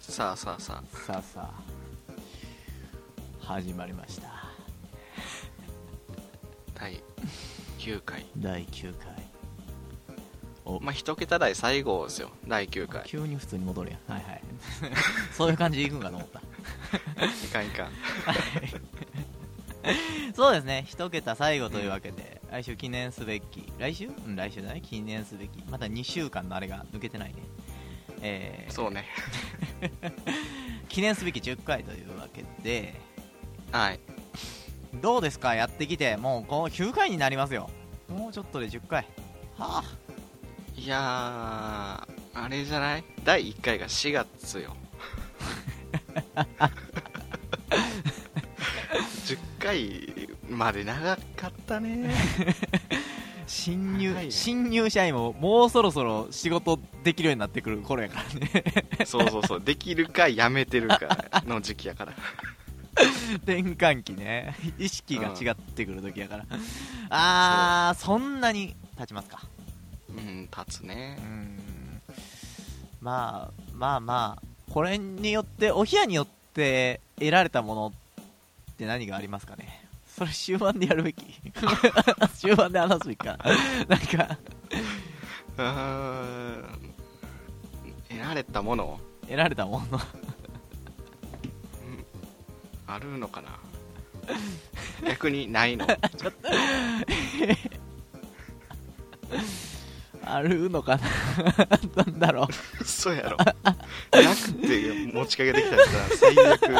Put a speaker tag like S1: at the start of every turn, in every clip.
S1: さあさ
S2: さあさあ始まりました
S1: あ第9回
S2: 第9回
S1: まあ一桁台最後ですよ第9回
S2: 急に普通に戻るや んはいはいそういう感じでいくんかと思った
S1: いかんいかん
S2: そうですね一桁最後というわけで、来週記念すべき来週うん来週だね記念すべきまだ2週間のあれが抜けてないねえー
S1: そうね
S2: 記念すべき10回というわけで
S1: はい
S2: どうですかやってきてもうこの9回になりますよもうちょっとで10回はあ
S1: いやーあれじゃない第1回が4月よ10回まで長かったね
S2: 新入、
S1: はい
S2: 新入社員ももうそろそろ仕事できるようになってくる頃やからね
S1: そうそうそうできるかやめてるかの時期やから
S2: 転換期ね意識が違ってくる時やから、あーそんなに経ちますか
S1: うん立つね
S2: うんまあまあまあこれによってお部屋によって得られたものって何がありますかねそれ終盤でやる べき終盤で話すべきかなんか
S1: うーん得られたもの
S2: 得られたもの
S1: あるのかな 逆にない の
S2: あるのかな なんだろう
S1: 嘘やろなくて持ちかけてきたら最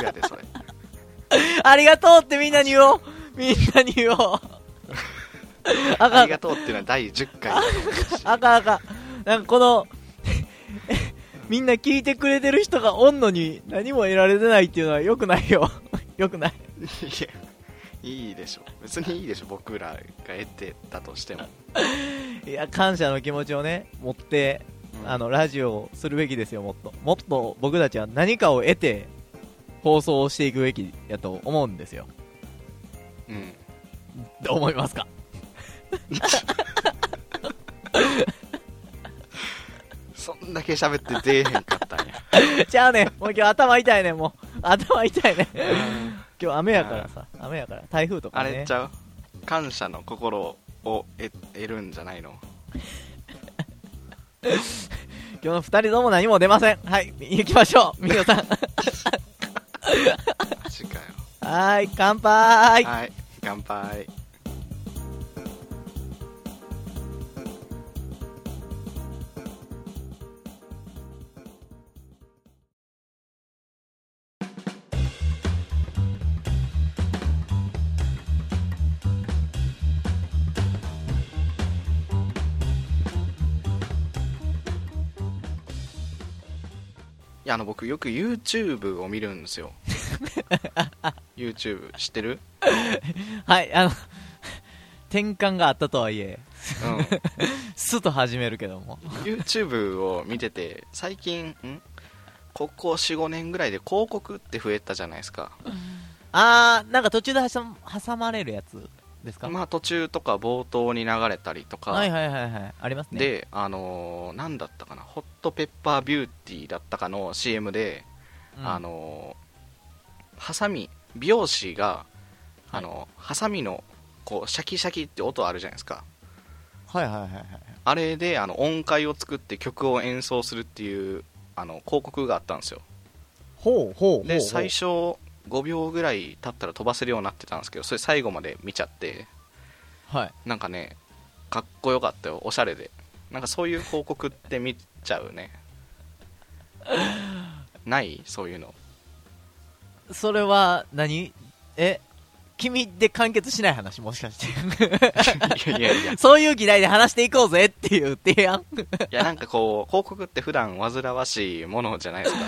S1: 悪やでそれ
S2: ありがとうってみんなに言おうみんなに言おうあ
S1: あ
S2: か
S1: り
S2: ん
S1: がとうっていうのは第10回だと思うし
S2: あかんあかんなんかこの みんな聞いてくれてる人がおんのに何も得られてないっていうのはよくないよ よくない
S1: いやいいでしょ別にいいでしょ僕らが得てたとしても、
S2: いや感謝の気持ちをね持って
S1: うん
S2: あのラジオをするべきですよもっともっと僕たちは何かを得て放送をしていくべきやと思うんですよ
S1: うん
S2: どう思いますか
S1: そんだけ喋って出えへんかった んや
S2: じゃあねんもう今日頭痛いねんもう頭痛いねん今日雨やからさ雨やから台風とか
S1: あ
S2: ね
S1: れちゃう感謝の心を得得るんじゃないの
S2: 今日の二人とも何も出ませんはい行きまし ょう皆さん
S1: マジかよ
S2: はーい乾杯
S1: はい、乾杯。いやあの僕よく YouTube を見るんで すよ YouTube 知ってる
S2: はいあの転換があったとはいえ
S1: うん
S2: すと始めるけども
S1: YouTube を見てて最近んここ45年ぐらいで広告って増えたじゃないですか
S2: あーなんか途中で挟む挟まれるやつですか、
S1: まあ途中とか冒頭に流れたりとか、
S2: はいはいはいはいありますね
S1: であのーなんだったかなホットペッパービューティーだったかの CM で、
S2: うん
S1: あのーハサミ美容師があのハサミのこうシャキシャキって音あるじゃないですか
S2: はいはいはいはい
S1: あれであの音階を作って曲を演奏するっていうあの広告があったんですよ
S2: ほうほうほう
S1: で最初5秒ぐらい経ったら飛ばせるようになってたんですけどそれ最後まで見ちゃって
S2: はい
S1: なんかねかっこよかったよおしゃれでなんかそういう広告って見ちゃうねないそういうの
S2: それは何え君で完結しない話もしかして
S1: いやいやいやい
S2: そういう議題で話していこうぜっていう提案
S1: やなんかこう広告って普段煩わしいものじゃないですか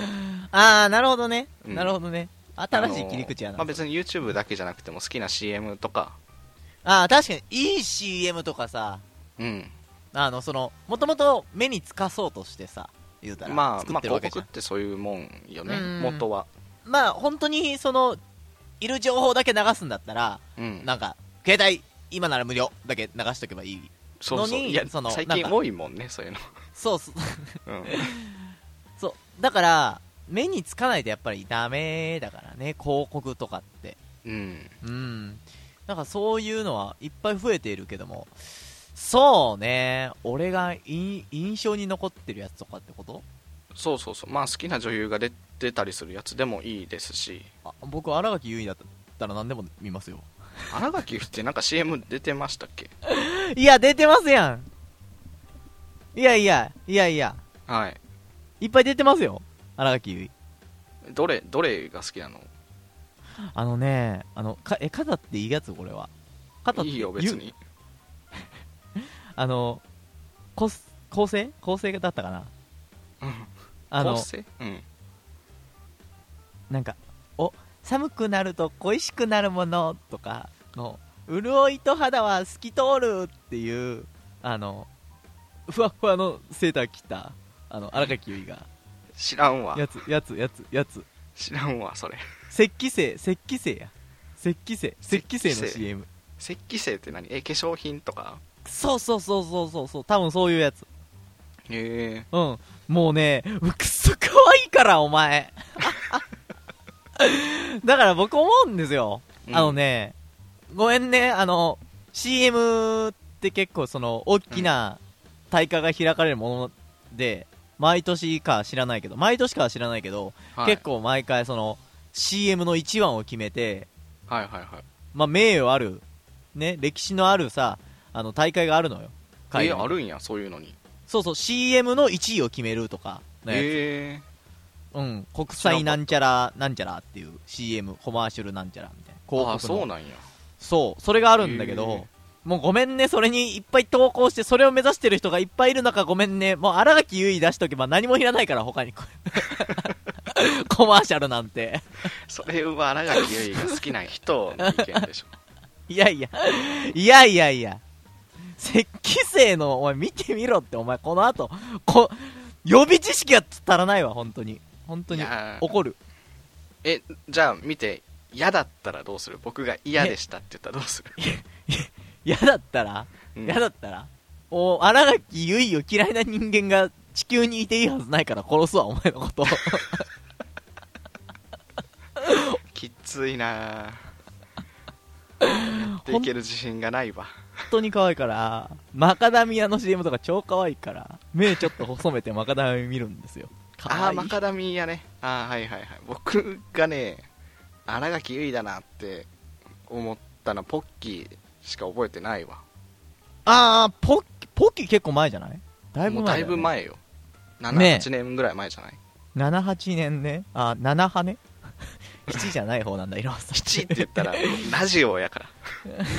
S2: ああなるほどね、
S1: うん
S2: なるほどね新しい切り口や
S1: あの
S2: な、
S1: まあ、別に YouTube だけじゃなくても好きな CM とか
S2: ああ確かにいい CM とかさ
S1: うん
S2: あのそのもともと目につかそうとしてさ言うたら、
S1: まあ、
S2: 作
S1: ま
S2: っ
S1: あ
S2: てるわ
S1: 広
S2: けじ
S1: 告
S2: ゃ
S1: っ
S2: ん
S1: てそういうもんよね
S2: うん
S1: 元は
S2: まあ本当にそのいる情報だけ流すんだったら、
S1: うん
S2: なんか携帯今なら無料だけ流しとけばいい
S1: そうそう
S2: のに
S1: いや
S2: その
S1: 最
S2: なん
S1: 近
S2: か
S1: 多いもんねそういうの
S2: そうそう
S1: うん
S2: そうだから目につかないとやっぱりダメだからね広告とかって
S1: うん
S2: うんなんかそういうのはいっぱい増えているけどもそうね俺がい印象に残ってるやつとかってこと
S1: そうそうそうまあ好きな女優が出出たりするやつでもいいです し
S2: あ僕新垣結衣だったら何でも見ますよ
S1: 新垣結衣ってなんか CM 出てましたっけ
S2: いや出てますやんいやいやいやいや
S1: はい
S2: いっぱい出てますよ新垣結衣
S1: どれどれが好きなの
S2: あのね、あの、か、え、肩っていいやつこれは。肩って
S1: いいよ
S2: 言う
S1: 別。に
S2: あの、こす構成構成だったかな
S1: うん
S2: あ
S1: 構
S2: の、
S1: 成うん
S2: なんか、お、寒くなると恋しくなるものとかの、潤いと肌は透き通るっていう、あの、ふわふわのセーター着た、あの、荒垣結衣
S1: 知らんわ
S2: が、やつ、やつ、やつ、やつ、
S1: 知らんわそれ
S2: 石器製、石器製や。石器製、石器製
S1: 石
S2: の
S1: 器製
S2: CM。
S1: 石器製って何え化粧品とか
S2: そうそうそうそうそうそう、多分そういうやつ。
S1: へえ
S2: うん。もうね、うくっそ可愛いから、お前。 だから僕思うんですよ。
S1: うん
S2: あのね、ごめんね、あの、CM って結構その、大きな大会が開かれるもので、毎年か知らないけど、毎年かは知らないけど、
S1: はい、
S2: 結構毎回その、CM の一番を決めて、
S1: はいはいはい
S2: まあ、名誉ある、ね、歴史のあるさ、あの、大会があるのよ。海
S1: え
S2: 外
S1: あるんやそういうのに
S2: そうそう、CM の1位を決めるとか、ね。
S1: へえ
S2: うん、国際なんちゃらなんちゃらっていう CM コマーシャルなんちゃらみたいな広告の
S1: あそうなんや
S2: そうそれがあるんだけ
S1: へ
S2: ど
S1: ー
S2: もうごめんねそれにいっぱい投稿してそれを目指してる人がいっぱいいる中ごめんねもう新垣結衣出しとけば何もいらないから 他にコマーシャルなんて
S1: それは新垣結衣が好きな人の意見でしょ
S2: いやいやいやいやいや石器生のお前見てみろってお前この後こ予備知識が足らないわ本当に本当
S1: い
S2: に
S1: やー
S2: 怒る
S1: えじゃあ見て嫌だったらどうする僕が嫌でしたって言ったらどうする、
S2: 嫌だったら
S1: うん
S2: 嫌だったらお新垣結衣を嫌いな人間が地球にいていいはずないから殺すわお前のこと
S1: きっついな あやっていける自信がないわ
S2: 本当に可愛いからマカダミアの CM とか超可愛いから目ちょっと細めてマカダミ見るんですよ可愛い
S1: ああーマカダミーやねああはいはいはい僕がね新垣結衣だなって思ったのはポッキーしか覚えてないわ
S2: あーポッキポッキー結構前じゃないだいぶ
S1: もう
S2: 前
S1: だ
S2: だ
S1: い
S2: よ
S1: ぶ
S2: ね、
S1: 前よ
S2: ねえ
S1: 78年ぐらい前じゃない
S2: 78年ねあ7派 ね7じゃない方なんだ色は
S1: チーって言 ったらラジオやか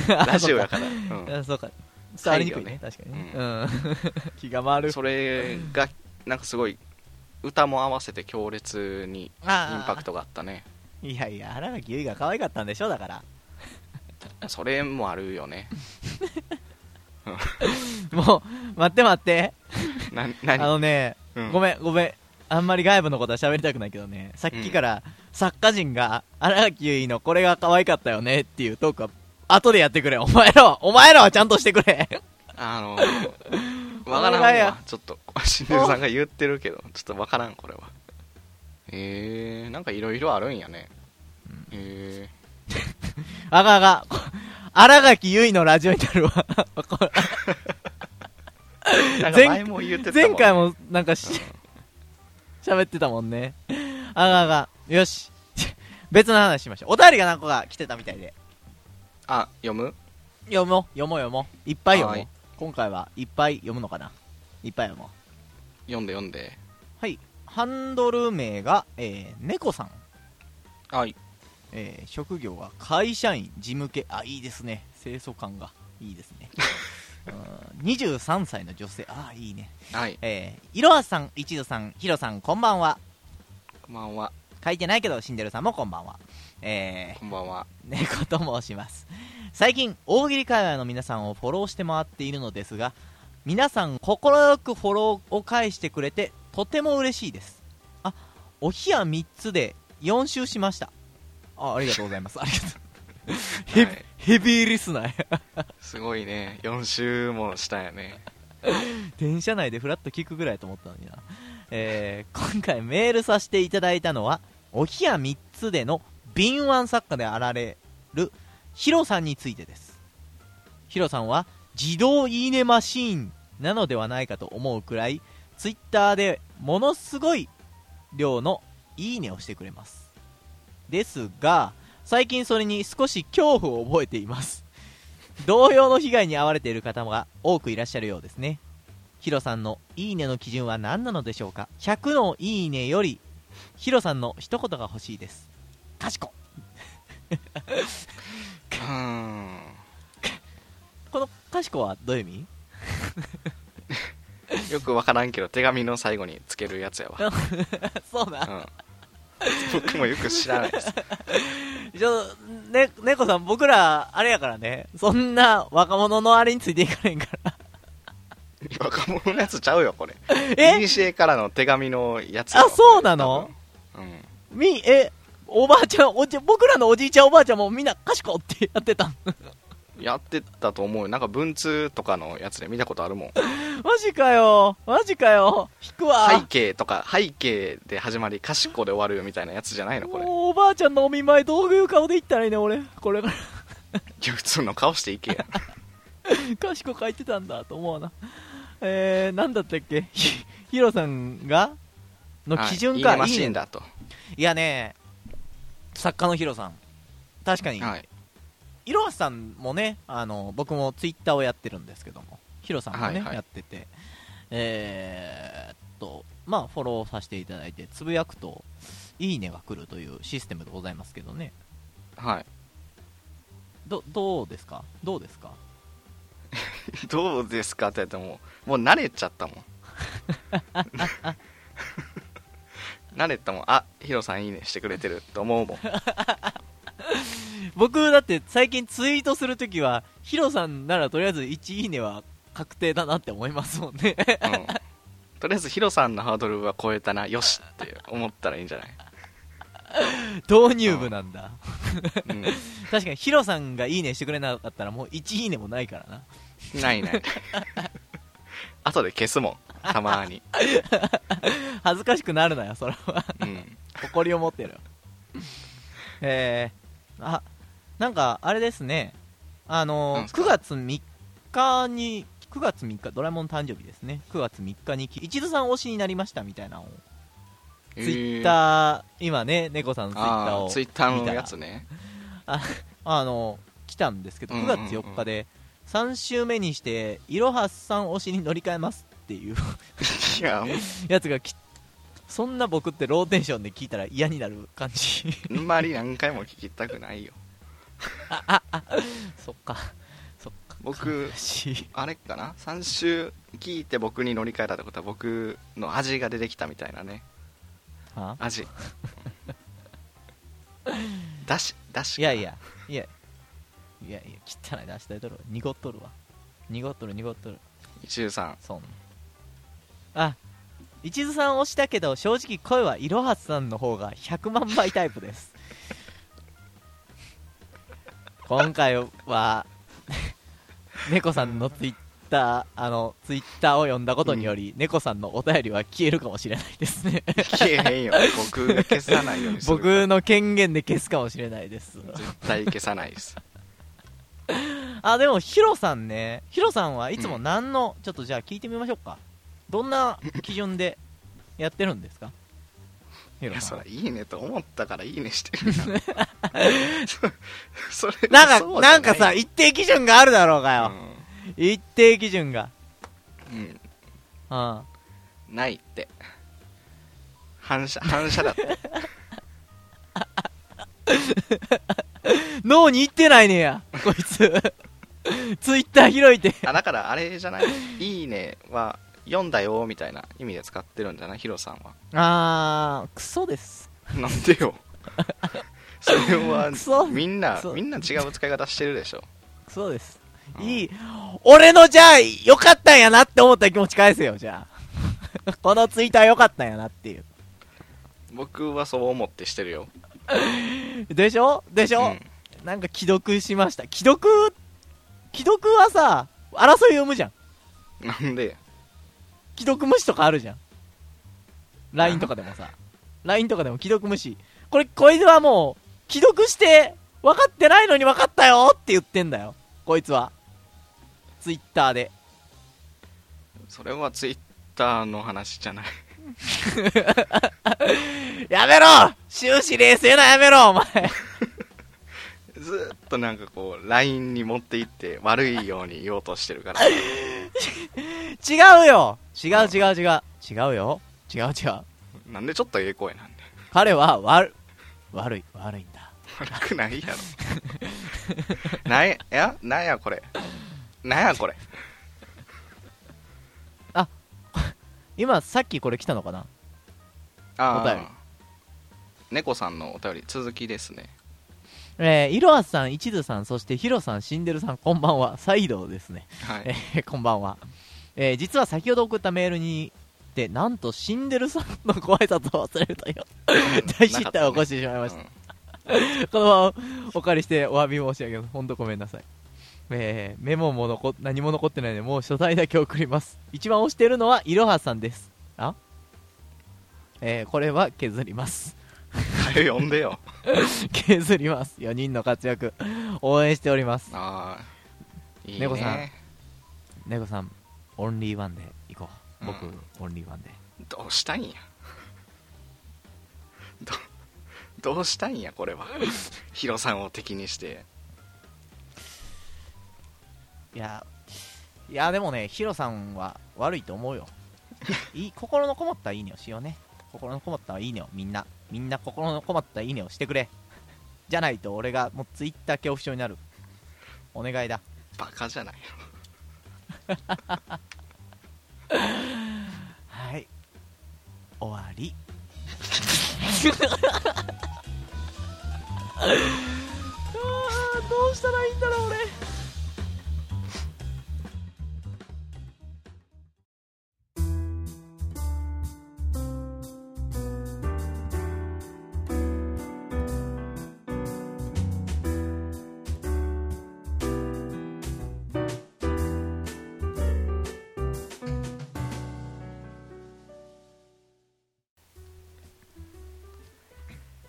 S1: らラジオやから、
S2: あそうか触りにくいね
S1: ね
S2: 確かにね、 うん気が
S1: う
S2: 回
S1: ん、
S2: る
S1: それがなんかすごい歌も合わせて強烈にイン
S2: あー
S1: パクトがあった ね
S2: いやいや新垣結衣が可愛かったんでしょだから
S1: それもあるよね
S2: もう、待って待って。
S1: な
S2: あ
S1: 何
S2: のね、
S1: うん
S2: ごめん、ごめん。あんまり外部のことは喋りたくないけどね、さっきから、作家人が、荒垣結衣のこれが可愛かったよねっていうトークは、後でやってくれ。お前らは、お前らはちゃんとしてくれ。
S1: あ のー、わからん
S2: 俺がや
S1: わ。ちょっと、新宿さんが言ってるけど、ちょっとわからん、これは。えー、なんかいろいろあるんやね。え
S2: あがあが、こ荒垣結衣のラジオになる わ。これ
S1: ー、なんか
S2: 前
S1: 前も言ってたもん、
S2: 前回。も、なんかし、喋ってたもんね。あがあが、よし。別の話しましょう。お便りが何個か来てたみたいで。
S1: あ、読む
S2: 読もう読もう読もういっぱい読も
S1: は
S2: う
S1: い
S2: 今回はいっぱい読むのかないっぱい読もう
S1: 読んで読んで。
S2: はいハンドル名が、えー、猫さん、
S1: はい。
S2: えー職業が会社員事務系あいいですね清楚感がいいです ねうん23歳の女性あいいね
S1: はい。
S2: えー、いろはさん一途さんひろさんこんばんは
S1: こんばんは。
S2: 書いてないけどシンデレさんもこんばんはえー
S1: こんば んは。
S2: 猫と申します最近大喜利界隈の皆さんをフォローして回っているのですが皆さん快くフォローを返してくれてとても嬉しいですあお冷や3つで4周しましたあありがとうございますありがとうヘビ,、
S1: はい
S2: ヘビーリスナーや
S1: すごいね。4週もしたんやね。
S2: 電車内でフラッと聞くぐらいと思ったのにな、えー今回メールさせていただいたのはお冷や3つでの敏腕作家であられるヒロさんについてですヒロさんは自動いいねマシーンなのではないかと思うくらいツイッターでものすごい量のいいねをしてくれますですが最近それに少し恐怖を覚えています同様の被害に遭われている方が多くいらっしゃるようですねヒロさんの「いいね」の基準は何なのでしょうか100の「いいね」よりヒロさんの一言が欲しいですかしこ
S1: うーん
S2: このかしこはどういう意味
S1: よくわからんけど手紙の最後につけるやつやわ、
S2: そうな
S1: うん、僕もよく知らな いです
S2: ちょね猫さん僕らあれやからねそんな若者のあれについていかれんから
S1: 若者のやつちゃうよこれ
S2: え
S1: イシエからの手紙のやつや
S2: あ
S1: わ
S2: そうなの
S1: 多分うん
S2: みえおばあちゃんおじ僕らのおじいちゃんおばあちゃんもみんなかしこってや ってたん
S1: やってたと思うよなんか文通とかのやつで見たことあるもん
S2: マジかよマジかよ引くわ、
S1: 背景とか背景で始まり賢で終わるよみたいなやつじゃないのこれ
S2: もうおばあちゃんのお見舞いどういう顔で行ったらいいね俺これから
S1: いや普通の顔していけや
S2: かしこ書いてたんだと思うなえー、なんだったっけ ひヒロさんが の基準か、
S1: はいいいねマ
S2: いい
S1: シーン
S2: ね
S1: だと
S2: いやね作家のヒロさん確かに、
S1: はい
S2: いろはさんもねあの僕もツイッターをやってるんですけどもヒロさんもね、
S1: はいはい
S2: やっててえー、っとまあフォローさせていただいてつぶやくといいねが来るというシステムでございますけどね
S1: はい
S2: どどうですかどうですか
S1: どうですかって言ってもうもう慣れちゃったもん 慣れたもんあヒロさんいいねしてくれてると思うもん
S2: 僕だって最近ツイートするときはヒロさんならとりあえず1いいねは確定だなって思いますもんね
S1: うんとりあえずヒロさんのハードルは超えたなよしって思ったらいいんじゃない、
S2: 導入部なんだ
S1: う、
S2: 確かにヒロさんがいいねしてくれなかったらもう1いいねもないからなん
S1: な いない後で消すもんたまに、
S2: 恥ずかしくなるなよそれは
S1: うん、
S2: 誇りを持ってるよえー、あなんかあれですねあ
S1: なん
S2: の
S1: すか
S2: 9月3日に9月3日ドラえもん誕生日ですね9月3日にき一途さん推しになりましたみたいなのをツイッ
S1: ー
S2: ター、今ね、猫さんのツイッター
S1: あ
S2: を
S1: ーツイッターのやつね
S2: あの来たんですけど、
S1: うんう
S2: 9
S1: んうん
S2: 月4日で、3週目にして、いろはさん推しに乗り換えますっていう
S1: いやもう
S2: やつがきそんな僕ってローテンションで聞いたら嫌になる感 じ、
S1: あんまり何回も聞きたくないよ
S2: そっか、そっか、
S1: 僕
S2: 悲しい
S1: あれかな3週聞いて僕に乗り換えたってことは僕の味が出てきたみたいなね
S2: は
S1: 味だしだし
S2: いやいや、いや、いやいや、汚い出したいとるわ、濁っとるわ、濁っとる、濁っとる。
S1: 一流さん
S2: そうあ一途さん推しだけど正直声はいろはさんの方が100万倍タイプです 今回は猫さんのツイッターあのツイッターを読んだことにより、猫さんのお便りは消えるかもしれないです ね
S1: 消えへんよ僕が消さないようにする
S2: 僕の権限で消すかもしれないです
S1: 絶対消さないです
S2: あでもヒロさんねヒロさんはいつも何の、ちょっとじゃあ聞いてみましょうかどんな基準でやってるんですかヒ
S1: い
S2: ロ
S1: や
S2: さ
S1: そ
S2: ん
S1: らいいねと思ったからいいねして るやんそそれ
S2: なん
S1: そ
S2: か
S1: うじゃ
S2: なんかさ一定基準があるだろうがよ、一定基準が
S1: うん、うん
S2: うん
S1: ないって反射反射だって
S2: 脳に行ってないねやこいつ ツイッター開いて
S1: あだからあれじゃない「いいね」は読んだよみたいな意味で使ってるんじゃないヒロさんは
S2: あークソです
S1: なんでよ それは
S2: クソ
S1: みんな
S2: クソ
S1: みんな違う使い方してるでしょ
S2: クソです、
S1: うん
S2: いい俺のじゃあ良かったんやなって思った気持ち返せよじゃあ このツイッター良かったんやなっていう
S1: 僕はそう思ってしてるよ、
S2: でしょでし
S1: う
S2: ょ、
S1: ん、
S2: なんか既読しました既読既読はさ争いを生むじゃん
S1: なんで
S2: 既読無視とかあるじゃん LINE とかでもさ LINE とかでも既読無視これこいつはもう既読して分かってないのに分かったよって言ってんだよこいつは Twitter で
S1: それはツイッターの話じゃない
S2: やめろ終始冷静なやめろお前
S1: ずーっとなんかこう LINE に持っていって悪いように言おうとして るから
S2: 違うよ違う違う違う違うよ違う違う
S1: なんでちょっとええ声なんで
S2: 彼は悪悪い悪いんだ
S1: 悪くないやろ なんやいやなんやこれなんやこれ
S2: 今さっきこれ来たのかな
S1: あ
S2: お便り
S1: あ猫さんのお便り続きですね
S2: えー、いろはさん、いちずさん、そしてひろさん、しんでるさん、こんばんは。サイドですね。
S1: はい
S2: えーこんばんは。えー実は先ほど送ったメールに、で、なんと、シンデレルさんのご挨拶を忘れるという、大失態を起こしてしまいました。
S1: うん
S2: このままお借りしてお詫び申し上げます。ほんとごめんなさい。えーメモも残っ何も残ってないので、もう書体だけ送ります。一番推してるのは、いろはさんです。あえーこれは削ります。
S1: 早よ呼んでよ
S2: 削ります。4人の活躍、応援しております。
S1: ああいいね
S2: 猫さん猫さん、オンリーワンで行こう。僕、
S1: うん
S2: オンリーワンで。
S1: どうしたいんやどどうしたいんやこれはヒロさんを敵にして
S2: いや、いやでもね、ヒロさんは悪いと思う よ。いい心のこもったいいねをしようね。心のこもったいいねをみんな、みんな心のこもったいいねをしてくれ。じゃないと俺がもうツイッター恐怖症になる。お願いだ。
S1: バカじゃない
S2: はい。終わ り。あーどうしたらいいんだろう俺。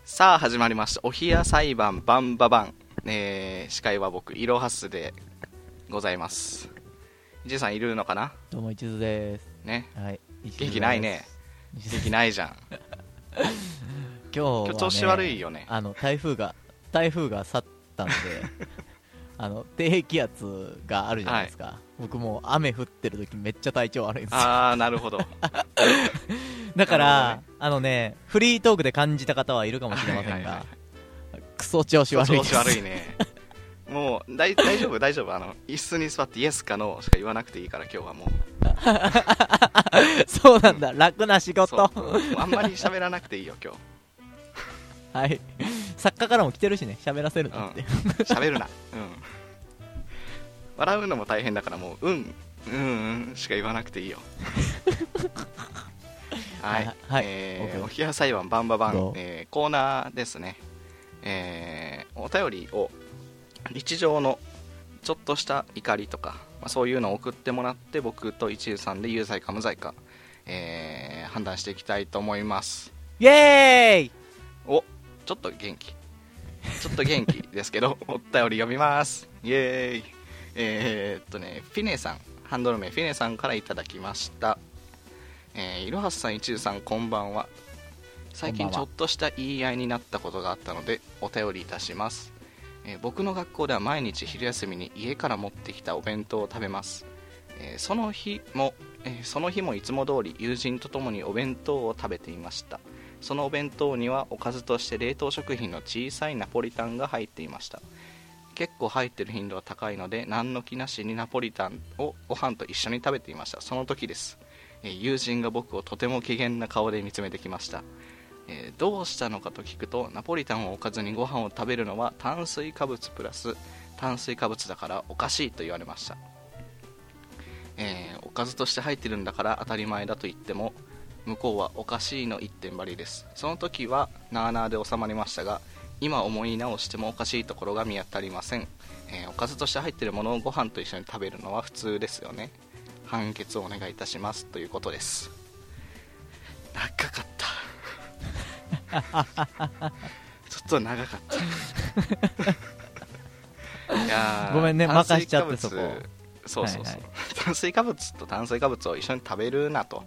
S1: さあ始まりました「お冷や裁判バンババン」えー司会は僕いろはすでございますじいさんいるのかな
S2: どうも一途です。
S1: ね
S2: はい。一途
S1: 元気ないね
S2: です。
S1: 元気ないじ ゃん
S2: 今日はね
S1: 今日調子悪いよね
S2: あの台風が台風が去った んであの低気圧があるじゃないですか、僕もう雨降ってる時めっちゃ体調悪いんですよ
S1: ああなるほど
S2: だか
S1: な
S2: ら、
S1: る
S2: あのねフリートークで感じた方はいるかもしれませんが、
S1: はいはいはい
S2: クソ 調子悪い
S1: 調
S2: です
S1: 子悪いねもうだい大丈夫大丈夫あの椅子に座ってイエスかノーしか言わなくていいから今日はもう
S2: そうなんだ、楽な仕事
S1: そうもうあんまり喋らなくていいよ今日
S2: はい作家からも来てるしね喋らせるなって、
S1: 喋るな、うん、笑うのも大変だからもううんうんうんしか言わなくていい よはい、
S2: あはい
S1: えー
S2: OK
S1: お冷や裁判バンババ
S2: ど
S1: ン
S2: う、
S1: えーコーナーですね、えーお便りを日常のちょっとした怒りとか、まあ、そういうのを送ってもらって僕と一流さんで有罪か無罪か、えー判断していきたいと思います
S2: イエーイ
S1: おちょっと元気ちょっと元気ですけどお便り読みますイエーイえーっとねフィネさんハンドル名フィネさんからいただきましたえーいろはすさんいちるさんこんばんは最近
S2: こん
S1: ち
S2: ばん
S1: ょ
S2: は
S1: っとした言い合いになったことがあったのでお便りいたします、えー僕の学校では毎日昼休みに家から持ってきたお弁当を食べます、えーその日も、えーその日もいつも通り友人と共にお弁当を食べていましたそのお弁当にはおかずとして冷凍食品の小さいナポリタンが入っていました結構入ってる頻度は高いので何の気なしにナポリタンをご飯と一緒に食べていましたその時です、えー友人が僕をとても機嫌な顔で見つめてきました、えーどうしたのかと聞くとナポリタンをおかずにご飯を食べるのは炭水化物プラス炭水化物だからおかしいと言われました、えーおかずとして入ってるんだから当たり前だと言っても向こうはおかしいの一点張りですその時はなあなあで収まりましたが今思い直してもおかしいところが見当たりません、えーおかずとして入ってるものをご飯と一緒に食べるのは普通ですよね判決をお願いいたしますということです長かった ちょっと長かった いやー
S2: ごめんね
S1: 炭水
S2: 任しちゃって
S1: 化物
S2: そこ
S1: そうそうそう、
S2: はいはい
S1: 炭水化物と炭水化物を一緒に食べるなと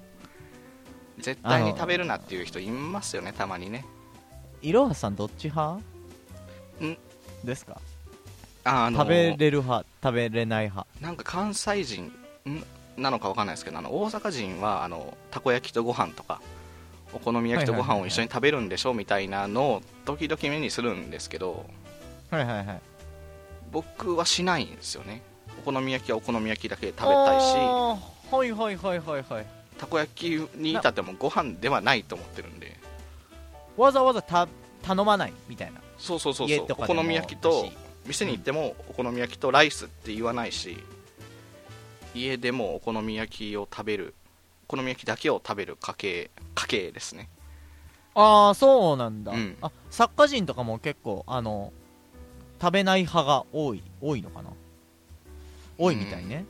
S1: 絶対に食べるなっていう人いますよねたまにね
S2: いろはさんどっち派
S1: ん
S2: ですか
S1: ああの
S2: 食べれる派食べれない派
S1: なんか関西人んなのかわかんないですけどあの大阪人はあのたこ焼きとご飯とかお好み焼きとご
S2: はいはいはい
S1: 飯を
S2: はい
S1: 一緒に食べるんでしょみたいなのを時々目にするんですけど
S2: はいはいはい
S1: 僕はしないんですよねお好み焼きはお好み焼きだけで食べたいし
S2: はいはいはいはいはい
S1: たこ焼きに至ってもご飯ではないと思ってるんで
S2: わざわざた頼まないみたいな
S1: そうそうそう
S2: 家
S1: そうお
S2: とかでも
S1: 好み焼きと
S2: だし
S1: 店に行ってもお好み焼きとライスって言わないし家でもお好み焼きを食べるお好み焼きだけを食べる家系家系ですね
S2: ああそうなんだ、
S1: うん
S2: あ作家人とかも結構あの食べない派が多い多いのかな多いみたいね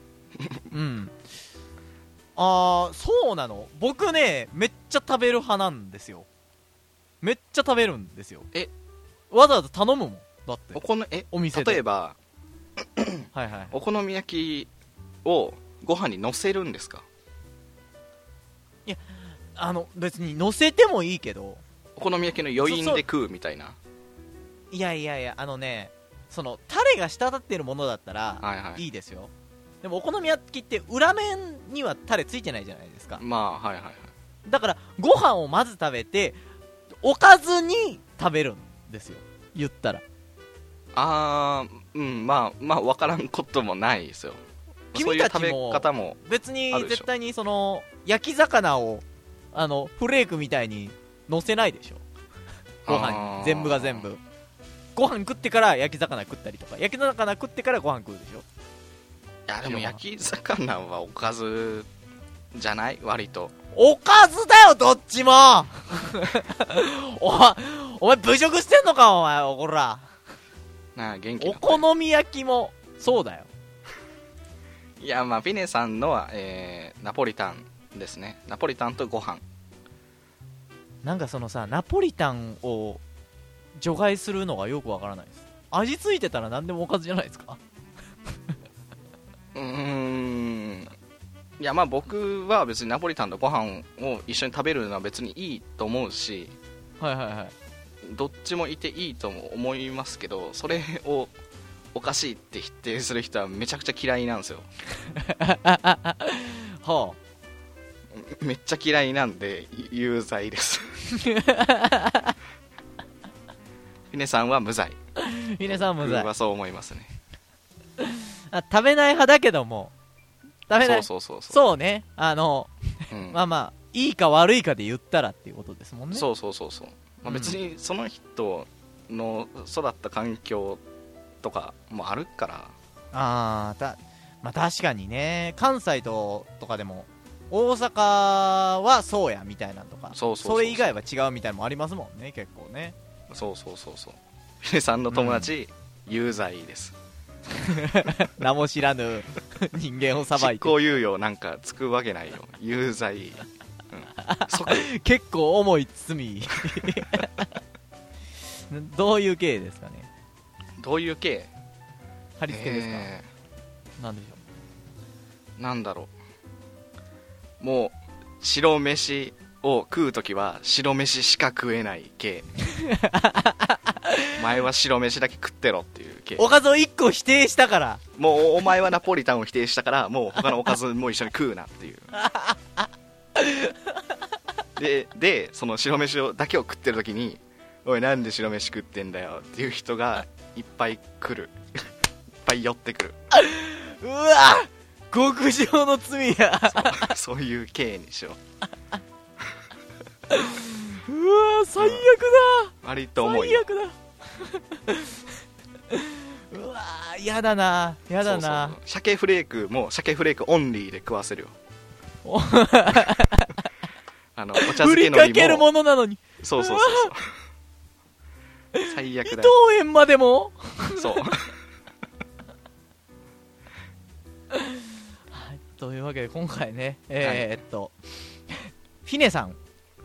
S2: うんああそうなの僕ねめっちゃ食べる派なんですよめっちゃ食べるんですよ
S1: え
S2: わざわざ頼むもんだって
S1: おこのえ
S2: お店で
S1: 例え
S2: は
S1: ば
S2: いはい
S1: お好み焼きをご飯にのせるんですか
S2: あの別に乗せてもいいけど
S1: お好み焼きの余韻
S2: そうそう
S1: で食うみたいない
S2: やいやいやあのねそのタレが滴ってるものだったら、
S1: はいはい
S2: いいですよでもお好み焼きって裏面にはタレついてないじゃないですか
S1: まあはいはいはい
S2: だからご飯をまず食べておかずに食べるんですよ言ったら
S1: あーうんまあまあ分からんこともないですよそう
S2: 君
S1: いう
S2: たち
S1: 食
S2: も
S1: べ方も
S2: 別に
S1: あるでしょ
S2: 絶対にその焼き魚をあのフレークみたいに乗せないでしょご飯
S1: あー
S2: に全部が全部ご飯食ってから焼き魚食ったりとか焼き魚食ってからご飯食うでしょ
S1: いやでも焼き魚はおかずじゃない割と
S2: おかずだよ、どっちも お前、お前、侮辱してんのか、お前、おこら。
S1: なあ元気
S2: お
S1: な声
S2: 好み焼きも、そうだよ。
S1: いやまあピネさんのは、えーナポリタンですねナポリタンとご飯
S2: なんかそのさ、ナポリタンを除外するのがよくわからないです。味付いてたら何でもおかずじゃないですか。
S1: うーんいやまあ僕は別にナポリタンとご飯を一緒に食べるのは別にいいと思うし
S2: はいはいはい。
S1: どっちもいていいとも思いますけどそれをおかしいって否定する人はめちゃくちゃ嫌いなんですよ
S2: は
S1: めっちゃ嫌いなんでい有罪です峰さんは無罪
S2: あ、皆さんも
S1: 僕
S2: さ
S1: はそう思いますね
S2: あ、食べない派だけども、食べない。
S1: そうそうそう
S2: そうね、あの、
S1: そう、うん
S2: まあまあ、いいか悪いかで言ったらっていうことですもんね。
S1: そうそうそうそう、
S2: う
S1: まあ、
S2: ん
S1: 別にその人の育った環境とかもあるから
S2: あーたまあ確かにね関西ととかでも大阪はそうやみたいなのとか
S1: そうそうそうそう
S2: れ以外は違うみたいなのもありますもんね結構ね
S1: そうそうそうそうヒデさんの友達、有罪です
S2: 名も知ら ぬ人間を裁
S1: 執
S2: いて
S1: 行猶予なんかつくわ けないよ有罪、うん、即
S2: 結構重い罪 どういう経緯ですかね
S1: どういう系
S2: 貼り付けですか、
S1: え
S2: なんでしょ
S1: ーなんだろうもう白飯を食う時は白飯しか食えない 系お前は白飯だけ食ってろっていう系
S2: うおかずを1個否定したから
S1: もうお前はナポリタンを否定したからもう他のおかずも一緒に食うなっていう ででその白飯をだけを食ってる時に「おいなんで白飯食ってんだよ」っていう人がいっぱい来るいっぱい寄ってくる
S2: うわ極上の罪や
S1: そうそういう経にしよ
S2: うわ最悪だ、
S1: う割と重い
S2: 最悪だ うわーやだなやだな
S1: そうそう鮭フレークも鮭フレークオンリーで食わせるよ
S2: お
S1: あのお茶漬
S2: 振
S1: け
S2: り
S1: の
S2: か
S1: り
S2: ける
S1: も
S2: ものなのに
S1: そうそうそう そう最
S2: 伊
S1: 悪だ
S2: 藤
S1: よ
S2: 園までも
S1: そう
S2: はいというわけで今回ねえーっと、フィネさんフ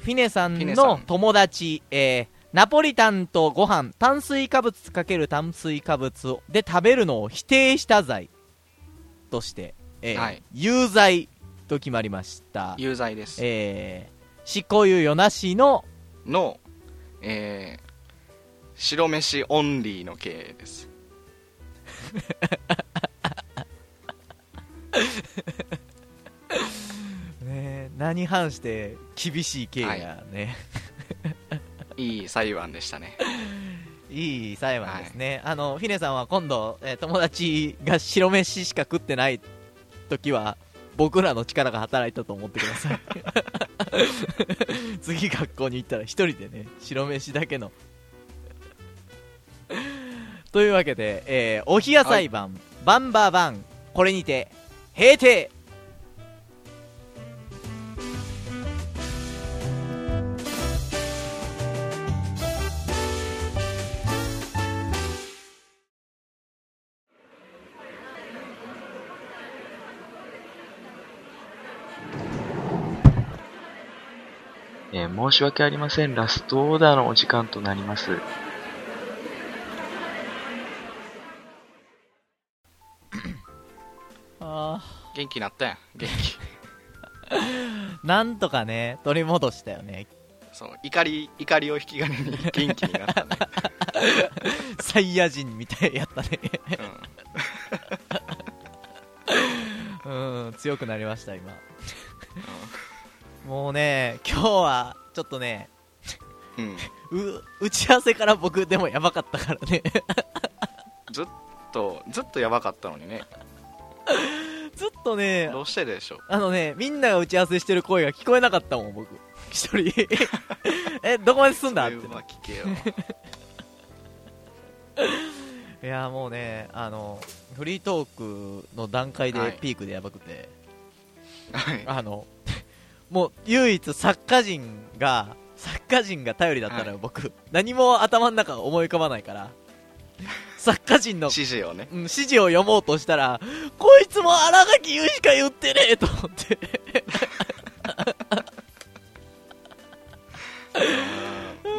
S2: フィネさん
S1: フィネさ
S2: の
S1: ん
S2: 友達、えーナポリタンとご飯炭水化物かける炭水化物をで食べるのを否定した罪として、えー
S1: はい
S2: 有罪と決まりました、
S1: 有罪です
S2: えー執行猶予なしの
S1: の、えー白飯オンリーの刑です
S2: ね何反して厳しい刑やね、
S1: いい裁判でしたね
S2: い、い裁判ですね、あのフィネさんは今度、えー友達が白飯しか食ってない時は僕らの力が働いたと思ってください次学校に行ったら一人でね白飯だけのというわけで、えーお冷や裁判、バンバーバンこれにて閉廷
S3: えー申し訳ありません。ラストオーダーのお時間となります。
S2: ああ
S1: 元気なったやん元 気
S2: なんとかね取り戻したよね
S1: その怒り怒りを引き金に元気にな ったね、
S2: サイヤ人みたいやったね
S1: うん
S2: うん強くなりました今
S1: う
S2: もうね今日はちょっとね
S1: んうん、
S2: う打ち合わせから僕でもやばかったからね
S1: ずっとずっとやばかったのにね
S2: ずっとね
S1: どうしてでしょう
S2: あのねみんなが打ち合わせしてる声が聞こえなかったもん僕一人 えどこまで進んだっ
S1: それは
S2: て
S1: 聞 けよ
S2: いやもうねあのフリートークの段階
S1: は
S2: で
S1: い
S2: ピークでやばくて、
S1: はい
S2: あの もう唯一作家人が作家人が頼りだったのよ、
S1: はい
S2: 僕何も頭の中思い浮かばない から作家人の
S1: 指示をね
S2: うん指示を読もうとしたらこいつも荒垣結衣しか言ってねえと思って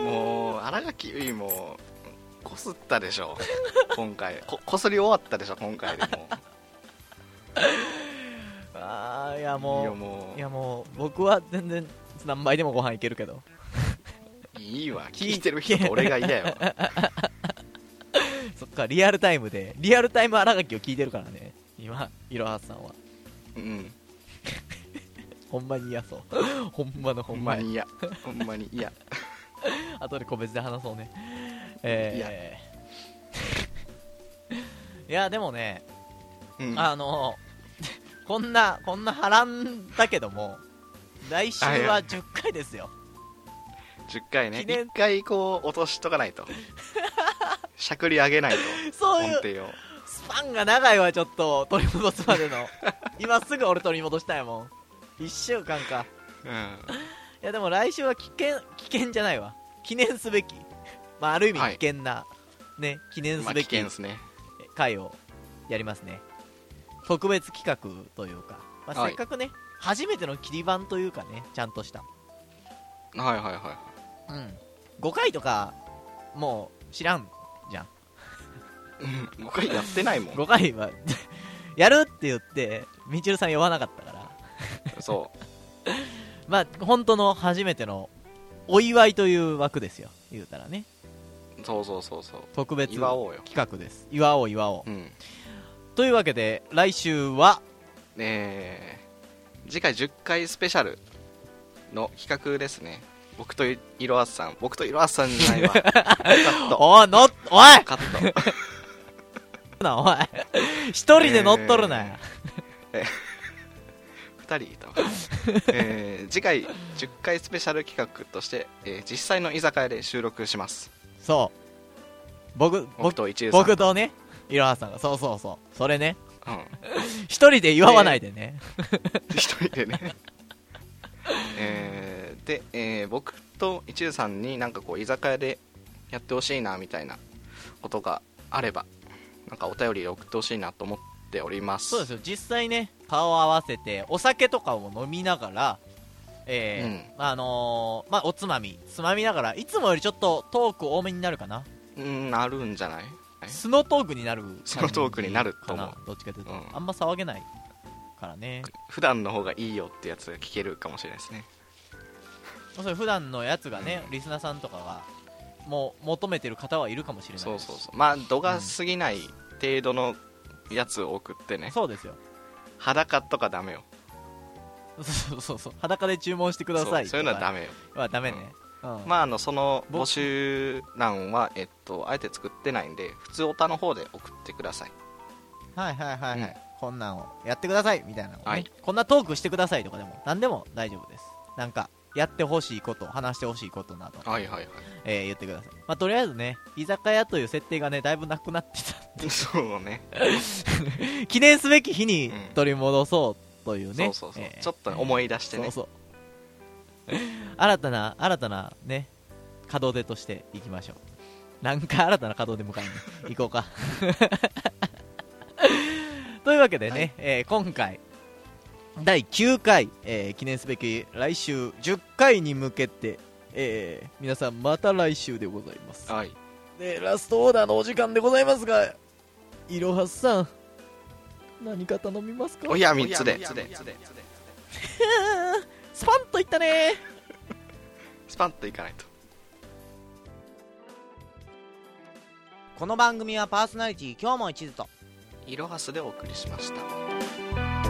S1: もう新垣結衣もこすったでしょ今回ここすり終わったでしょ今回でも
S2: ああいや
S1: ういや
S2: も
S1: も
S2: ういやもう僕は全然何杯でもご飯いけるけど
S1: ういいわ聞いてる人と俺が嫌よ
S2: そっかリアルタイムでリアルタイム荒垣を聞いてるからね今いろはさんは
S1: うん
S2: ほんまに嫌そう ほんまのほ
S1: ほ
S2: ん
S1: ん
S2: ま
S1: ま
S2: に
S1: に嫌ほんまに 嫌
S2: 後で個別で話そうねえ ー、いやでもね、
S1: うん
S2: あの こんなこんな波乱だけども来週
S1: はい
S2: は
S1: はい
S2: 10回ですよ
S1: 10回ね
S2: 記念
S1: 1回こう落としとかな いとしゃくり上げないと
S2: そう
S1: 音
S2: いう
S1: 程を
S2: スパンが長いわちょっと取り戻すまでの 今すぐ俺取り戻したいもん1週間か
S1: うん
S2: いやでも来週は危険危険じゃないわ記念すべきまあある意味
S1: はい
S2: 危険な、ね記念
S1: ますあ
S2: べ
S1: 危
S2: き
S1: 険ですね
S2: 回をやりますね特別企画というか、まあ、
S1: はい
S2: せっかくね、初めての切り板というかねちゃんとした
S1: はいはいは
S2: うん5回とかもう知らん
S1: いうん5回やってないもん
S2: 5回は やるって言ってみちるさん呼ばなかったから
S1: そ
S2: まあ、本当の初めてのお祝いという枠ですよ、言うたらね、
S1: うそうそうそうそう
S2: 特別
S1: 祝
S2: 企
S1: おうよ
S2: 画です、祝おう、祝おう。
S1: うん
S2: というわけで、来週は、
S1: えー次回10回スペシャルの企画ですね僕といろあさん僕といろあさんじゃな いわカット
S2: おい、の、おい
S1: カット
S2: な、おい、一人で乗っとるなよ、
S1: 2人いたわ、えー次回10回スペシャル企画として、えー実際の居酒屋で収録します
S2: そう、僕、
S1: 僕
S2: 僕
S1: と一流さん
S2: 僕とね、いろはさんが、そうそうそう、それね、
S1: うん、
S2: 一人で祝わないでね、
S1: 一人でね えーで、えー僕と一流さんになんかこう居酒屋でやってほしいなみたいなことがあればなんかお便り送ってほしいなと思っております
S2: そうですよ、実際ね、顔を合わせて、お酒とかを飲みながら、えーあのーまあ、おつまみつまみながらいつもよりちょっとトーク多めになるかな
S1: うんあるんじゃないえ
S2: スノートークになる感じ
S1: スノートークになると思う
S2: かなどっちかというと、
S1: うん
S2: あんま騒げないからね
S1: 普段の方がいいよってやつが聞けるかもしれないですね
S2: それ普段のやつがね、
S1: うん
S2: リスナーさんとかがもう求めてる方はいるかもしれない
S1: そうそうそうまあ度が過ぎない程度のやつを送ってね、
S2: そうですよ
S1: 裸とかダメよ
S2: そうそうそう裸で注文してください
S1: そうそういうのはダ
S2: メ
S1: メよ
S2: はダメね、うん
S1: まああのその
S2: 僕
S1: 募集欄はえっとあえて作ってないんで普通オタの方で送ってください
S2: はいはいはいはい、
S1: うん
S2: こんなんをやってくださいみたいなのをね、
S1: はい
S2: こんなトークしてくださいとかでも何でも大丈夫ですなんかやってほしいこと話してほしいことなど、
S1: はいはいは
S2: えー言ってくださいまあとりあえずね居酒屋という設定がねだいぶなくなって
S1: い そうね
S2: た 記念すべき日に
S1: うん
S2: 取り戻そうというね、
S1: そうそうそう、
S2: えー
S1: ちょっと思い出して
S2: そ
S1: ね
S2: うそう 新たな新たなね門出としていきましょうなんか新たな門出迎え に行こうか というわけでね、
S1: はい
S2: えー今回第9回、えー記念すべき来週10回に向けて、えー皆さんまた来週でございます
S1: はい
S2: でラストオーダーのお時間でございますがいろはさん何か頼みますか
S1: おや3つで
S2: スパンといったね
S1: スパンといかないと
S4: この番組はパーソナリティ今日も一途と
S1: イロハスでお送りしました